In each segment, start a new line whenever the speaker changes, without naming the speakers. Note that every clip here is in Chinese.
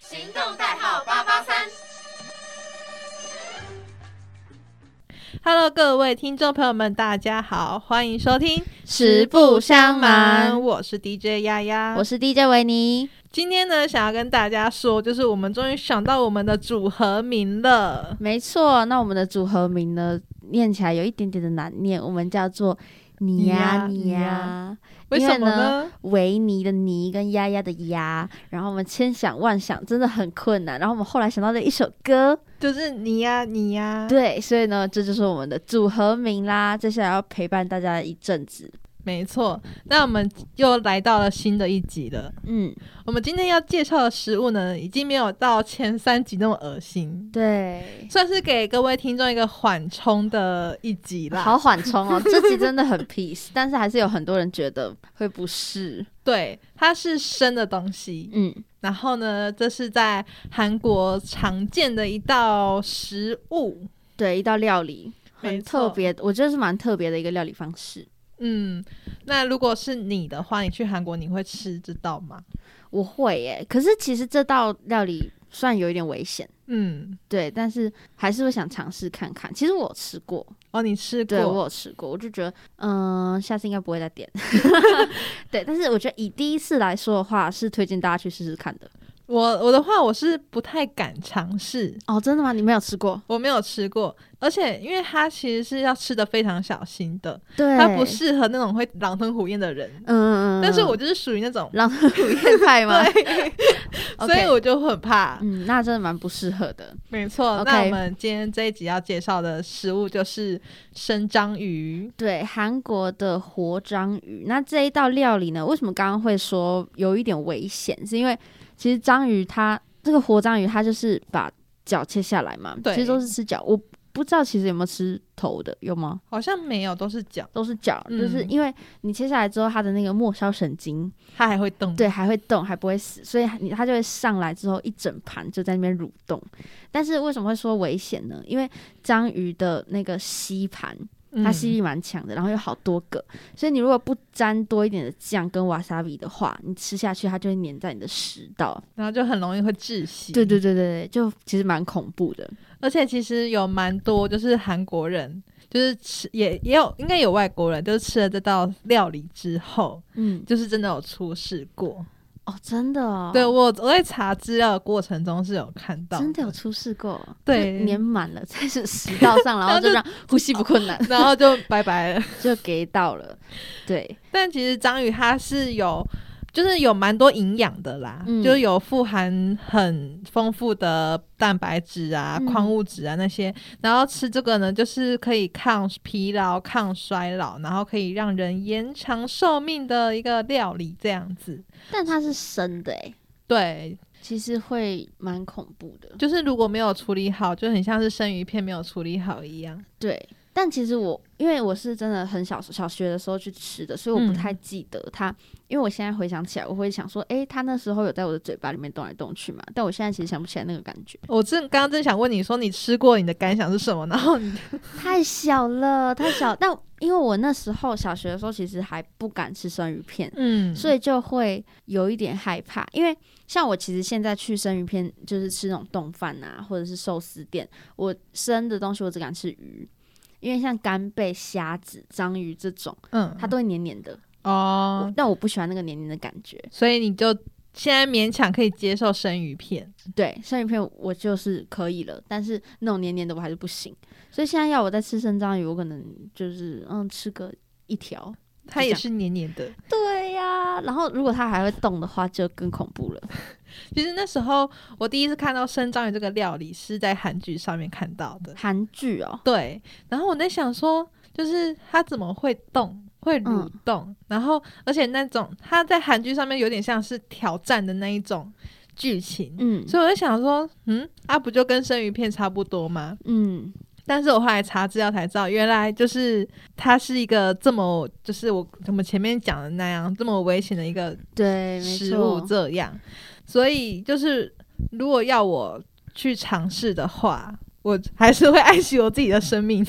行动代号八八三。
Hello，各位听众朋友们，大家好，欢迎收听《
实不相瞒
我是 DJ 丫丫。
我是 DJ 维尼，
今天呢，想要跟大家说，就是我们终于想到我们的组合名了。
没错。那我们的组合名呢，念起来有一点点的难念，我们叫做你
你呀
呀你
你
呀，
为什么
因为
呢？
维尼的尼跟丫丫的丫。然后我们千想万想，真的很困难。然后我们后来想到了一首歌，
就是你呀、你呀、
对，所以呢，这就是我们的组合名啦。接下来要陪伴大家一阵子，
没错。那我们又来到了新的一集了。
嗯，
我们今天要介绍的食物呢，已经没有到前三集那么恶心，
对。
算是给各位听众一个缓冲的一集 啦。
好缓冲哦，这集真的很 peace，但是还是有很多人觉得会不适。
对，它是生的东西。
嗯，
然后呢，这是在韩国常见的一道食物。
对，一道料理，很
没错
特别，我觉得是蛮特别的一个料理方式。
嗯，那如果是你的话，你去韩国你会吃这道吗？
我会耶，可是其实这道料理虽然有一点危险，
嗯，
对，但是还是会想尝试看看。其实我有吃过，
哦，你吃
对我
过？
有吃过，我就觉得，嗯、下次应该不会再 点。对，但是我觉得以第一次来说的话，是推荐大家去试试看的。
我我的话，我是不太敢尝试，
哦，真的吗？你没有吃过？
我没有吃过，而且因为它其实是要吃的非常小心的，
对，
它不，适合那种会狼吞虎咽的人。
嗯嗯嗯，
但是我就是属于那种，
狼吞虎咽派吗？
对，所以
OK
我就很怕。
嗯，那真的蛮不适合的。
没错
OK
那我们今天这一集要介绍的食物就是生章鱼。
对，韩国的活章鱼。那这一道料理呢，为什么刚刚会说有一点危险？是因为其实章鱼它这个活章鱼，它就是把脚切下来嘛，
对
其实都是吃脚。我不知道其实有没有吃头的，有吗？
好像没有，都是脚，
都是脚，就是
嗯
因为你切下来之后，它的那个末梢神经
它还会动。
对还会动，还不会死，所以你它就会上来之后一整盘就在那边蠕动。但是为什么会说危险呢？因为章鱼的那个吸盘
嗯，
它吸力蛮强的，然后有好多个，所以你如果不沾多一点的酱跟瓦萨比的话，你吃下去它就会粘在你的食道。
然后就很容易会窒息。
对对对对对，就其实蛮恐怖的。
而且其实有蛮多就是韩国人，就是吃也也有应该有外国人，就是吃了这道料理之后，
嗯，
就是真的有出事过。
哦，真的哦，
对我我在查资料的过程中是有看到，
真的有，出事过，哦
对
就粘满了在是食道上，然
然后
后
就
就让呼吸不困难，
然后就拜拜了。
就给到 了。对，
但其实章鱼它是有。就是有蛮多营养的啦，
嗯
就是有富含很丰富的蛋白质啊、
嗯
矿物质啊那些，然后吃这个呢，就是可以抗疲劳、抗衰老，然后可以让人延长寿命的一个料理，这样子。
但它是生的诶，
对，
其实会蛮恐怖的。
就是如果没有处理好，就很像是生鱼片没有处理好一样。
对，但其实我因为我是真的很小小学的时候去吃的，所以我不
嗯
太记得它。因为我现在回想起来，我会想说，诶，它那时候有在我的嘴巴里面动来动去嘛？但我现在其实想不起来那个感觉，
我正刚刚正想问你说你吃过，你的感想是什么？然后你
太小了，太小。但因为我那时候小学的时候，其实还不敢吃生鱼片。
嗯，
所以就会有一点害怕，因为像我其实现在去生鱼片，就是吃那种冻饭啊，或者是寿司店，我生的东西我只敢吃鱼，因为像干贝、虾子、章鱼这种，
嗯，
它都会黏黏的，
哦
我，但我不喜欢那个黏黏的感觉。
所以你就现在勉强可以接受生鱼片。
对，生鱼片我就是可以了，但是那种黏黏的我还是不行。所以现在要我再吃生章鱼，我可能就是嗯吃个一条。
它也是黏黏的。
对呀、然后如果它还会动的话，就更恐怖了。
其实那时候我第一次看到生章鱼这个料理是在韩剧上面看到的，
韩剧哦，
对。然后我在想说，就是它怎么会动，会蠕动，然后而且那种它在韩剧上面有点像是挑战的那一种剧情，
嗯
所以我就想说，嗯，啊不就跟生鱼片差不多吗？
嗯，
但是我后来查资料才知道，原来就是它是一个这么，就是我我们前面讲的那样，这么危险的一个
对，没
食物
错，
这样。所以就是如果要我去尝试的话，我还是会爱惜我自己的生 命，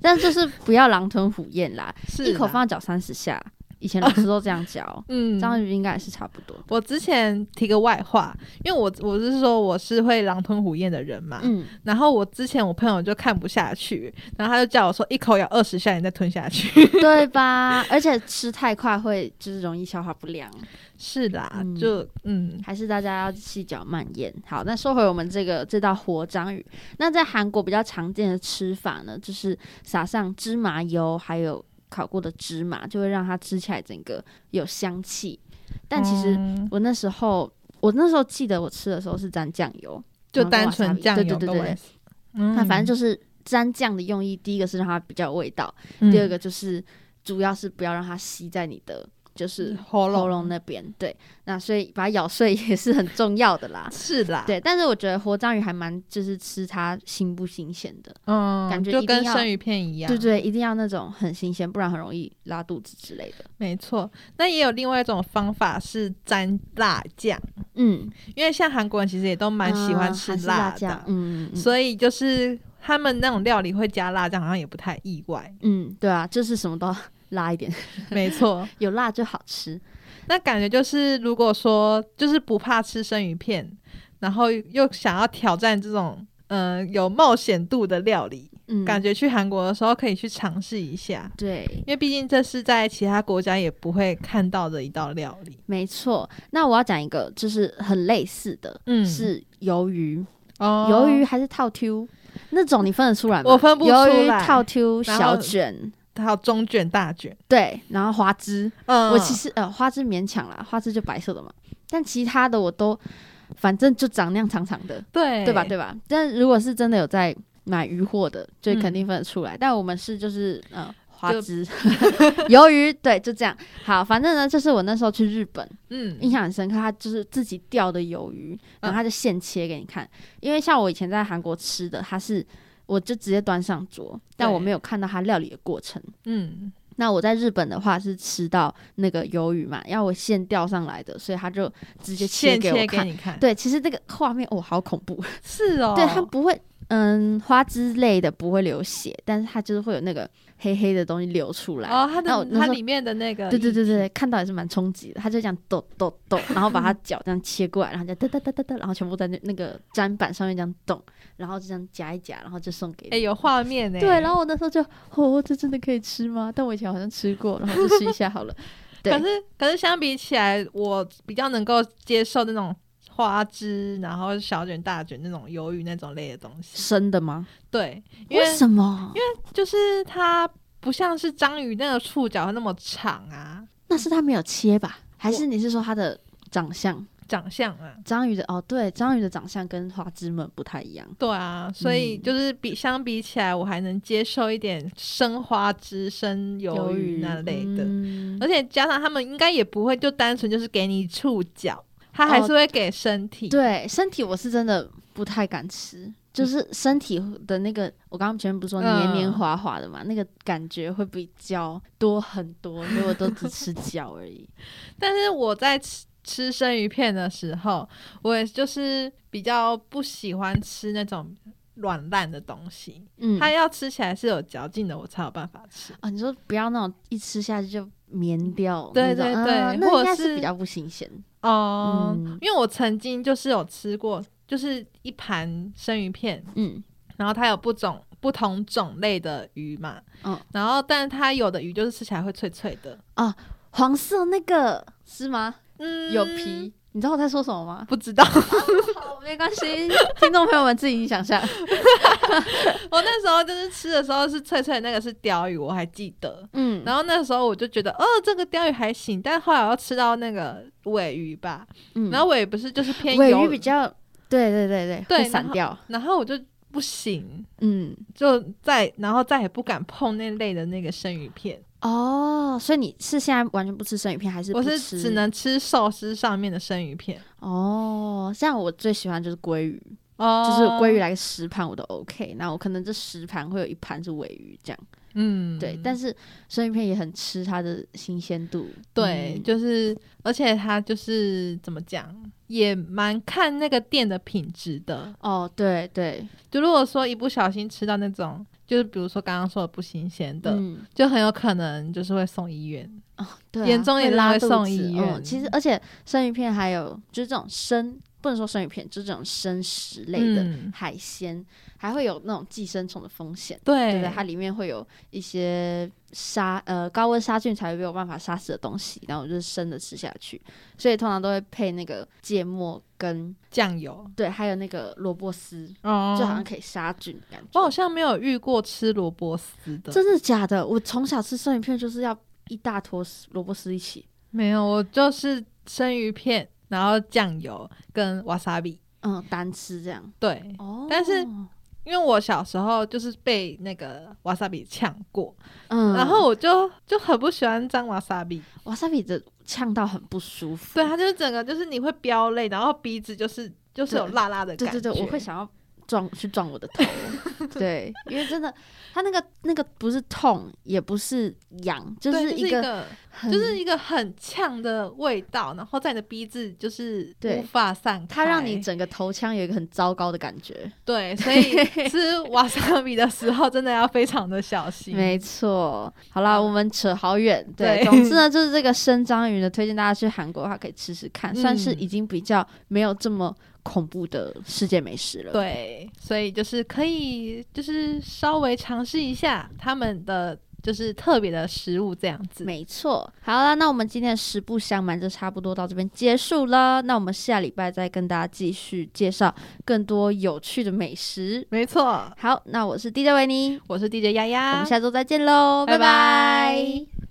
但就是不要狼吞虎咽啦，
是
一口
啦，
放到脚三十下，以前老师都这样教
嗯
张宇应该也是差不多的。
我之前提个外话，因为我我是说我是会狼吞虎咽的人嘛，
嗯，
然后我之前我朋友就看不下去，然后他就叫我说一口咬二十下，你再吞下去。
对吧？而且吃太快会就是容易消化不良，
是啦，
嗯
就嗯，
还是大家要细嚼慢咽。好，那说回我们这个这道活章鱼，那在韩国比较常见的吃法呢，就是撒上芝麻油，还有烤过的芝麻，就会让它吃起来整个有香气。但其实
嗯
我那时候，我那时候记得我吃的时候是沾酱油，
就
然后
单
跟
纯
wasabi
酱油
对对
的
对
味
对
道，。嗯
那反正就是沾酱的用意，第一个是让它比较有味道，
嗯
第二个就是主要是不要让它吸在你的就是
嗯喉。
喉咙那边。对，那所以把它咬碎也是很重要的啦
是啦，
对，但是我觉得活章鱼还蛮就是吃它新不新鲜的，
嗯，
感觉
就
一定
跟
要
生鱼片一样，
对啊对，一定要那种很新鲜，不然很容易拉肚子之类的。
没错。那也有另外一种方法是沾辣酱，
嗯，
因为像韩国人其实也都蛮喜欢
啊
吃
还是
辣的，
酱。嗯嗯嗯
所以就是他们那种料理会加辣酱，好像也不太意 外。
嗯，对啊，就是什么都要辣一点，
没错，
有辣就好吃。
那感觉就是如果说就是不怕吃生鱼片，然后又想要挑战这种嗯、呃有冒险度的料理，
嗯，
感觉去韩国的时候可以去尝试一下。
对，
因为毕竟这是在其他国家也不会看到的一道料理，
没错。那我要讲一个，就是很类似的，
嗯
是鱿鱼，
哦
鱿鱼还是套 Q 那种，你分得出来吗？
我分不出来
鱿鱼套 Q
然后
小卷，
还有中卷、大卷，
对，然后花枝，
嗯，
我其实呃花枝勉强啦，花枝就白色的嘛，但其他的我都反正就长那样长长的，
对
对吧？对吧？但如果是真的有在买鱼货的，就
嗯
肯定分得出来。但我们是就是呃花
就
枝、 鱿鱼，对，就这样。好，反正呢，就是我那时候去日本，印
嗯
象很深刻，他就是自己钓的鱿鱼，然后他就现切给你看。因为像我以前在韩国吃的，他是我就直接端上桌，但我没有看到他料理的过程。
嗯，
那我在日本的话是吃到那个鱿鱼嘛，要我现钓上来的，所以他就直接切
现
给
切
我
给
看。
你看，，
对，其实这个画面哦，好恐怖。
是哦，
对，它不会，嗯，花枝类的不会流血，但是它就是会有那个黑黑的东西流出来。
哦，它
那我
的
那
它
时候
里面的那个，
对对对对，对，看到也是蛮冲击的。他就这样抖抖抖，然后把他脚这样切过来，然后就哒哒哒哒哒，然后全部在那那个砧板上面这样动，然后就这样夹一夹，然后就送给
哎，
你。
有画面呢，
对，然后我那时候就，哦，这真的可以吃吗？但我以前好像吃过，然后就试一下好了。对
可是可是相比起来，我比较能够接受那种花枝，然后小卷、大卷那种鱿鱼那种类的东西。
生的吗？
对，因
为
为
什么？因为
就是它不像是章鱼那个触角那么长啊，
那是他没有切吧？还是你是说他的长相？
长相啊。
章鱼的哦，对，章鱼的长相跟花枝们不太一样。
对啊，所以就是比、相比起来，我还能接受一点生花枝、生鱿鱼那类的，
嗯
而且加上他们应该也不会就单纯就是给你触角，它还是会给身体。
对，身体我是真的不太敢吃，就是身体的那个，我刚刚前面不是说黏黏
嗯
滑滑的嘛，那个感觉会比较多很多，所以我都只吃脚 而已。
但是我在吃吃生鱼片的时候，我也就是比较不喜欢吃那种软烂的东西，
嗯，
它要吃起来是有嚼劲的，我才有办法吃。
啊，你说不要那种一吃下去就绵掉
对
那种，
对
啊
对
那
或者
应该是
是
比较不新鲜。
哦、
嗯
因为我曾经就是有吃过，就是一盘生鱼片，
嗯
然后它有不种不同种类的鱼嘛，
嗯，
然后但它有的鱼就是吃起来会脆脆的，
黄色那个是吗？
嗯
有皮，你知道我在说什么吗？
不知 道。
好，没关系， 听众朋友们自己想象。
我那时候就是吃的时候是脆脆的那个是鲷鱼，我还记得。
嗯，
然后那时候我就觉得，哦，这个鲷鱼还行，但后来我要吃到那个尾鱼吧，
嗯
然后尾鱼不是就是偏
尾
油
鱼比，较，对对对
对
会散
然后
掉。
然后我就不行，
嗯。
就再然后再也不敢碰那类的那个生鱼片，
哦，所以你是现在完全不吃生鱼片，还是
我
不
是
吃
只能吃寿司上面的生鱼片，
哦？像我最喜欢就是鲑鱼，
哦
就是鲑鱼来个十盘我都 OK。那我可能这十盘会有一盘是尾鱼这样。
嗯，
对，但是生鱼片也很吃它的新鲜度。
对，
嗯
就是，而且它就是怎么讲，也蛮看那个店的品质的。
哦，对对
就如果说一不小心吃到那种，就是比如说刚刚说的不新鲜的，
嗯，
就很有可能就是会送医院。
哦，对啊、
严重一点
会拉
会
肚
送
子
医
嗯。
院
其实，而且生鱼片还有就是这种生，不能说生鱼片，就是这种生食类的
嗯
海鲜，还会有那种寄生虫的风险。对
对
不对？它里面会有一些杀呃高温杀菌才会有办法杀死的东西，然后我就是生的吃下去，所以通常都会配那个芥末跟
酱油
对，还有那个萝卜丝，
哦
就好像可以杀菌的感觉。
我好像没有遇过吃萝卜丝的，
真的假的？我从小吃生鱼片就是要一大坨萝卜丝一起，
没有，我就是生鱼片，然后酱油跟 wasabi。
嗯，单吃这样。
对，
哦
但是因为我小时候就是被那个 wasabi 呛过，
嗯，
然后我就就很不喜欢沾 wasabi。
瓦萨比的呛到很不舒服。
对，它啊就是整个就是你会飙泪，然后鼻子就是就是有辣辣的
对
感觉。
对对，我会想要撞去撞我的 头，对，因为真的，它那个那个不是痛，也不是痒，就
对。
是
是
一个
个，
很
就是一个很呛的味道，然后在你的鼻子就是
对
无法散开，
它让你整个头腔有一个很糟糕的感觉。
对，所以吃瓦萨比的时候真的要非常的小心。
没错，好啦，我们扯好远。
对
对，总之呢，就是这个生章鱼呢，推荐大家去韩国的话可以吃吃看，算是
嗯
已经比较没有这么恐怖的世界美食了。
对，所以就是可以就是稍微尝试一下他们的就是特别的食物这样子。
没错，好啦，那我们今天的实不相瞒就差不多到这边结束了。那我们下礼拜再跟大家继续介绍更多有趣的美食。
没错，
好，那我是 DJ 维尼，
我是 DJ 丫
我
丫，
们下周再见喽，
拜
拜
拜
拜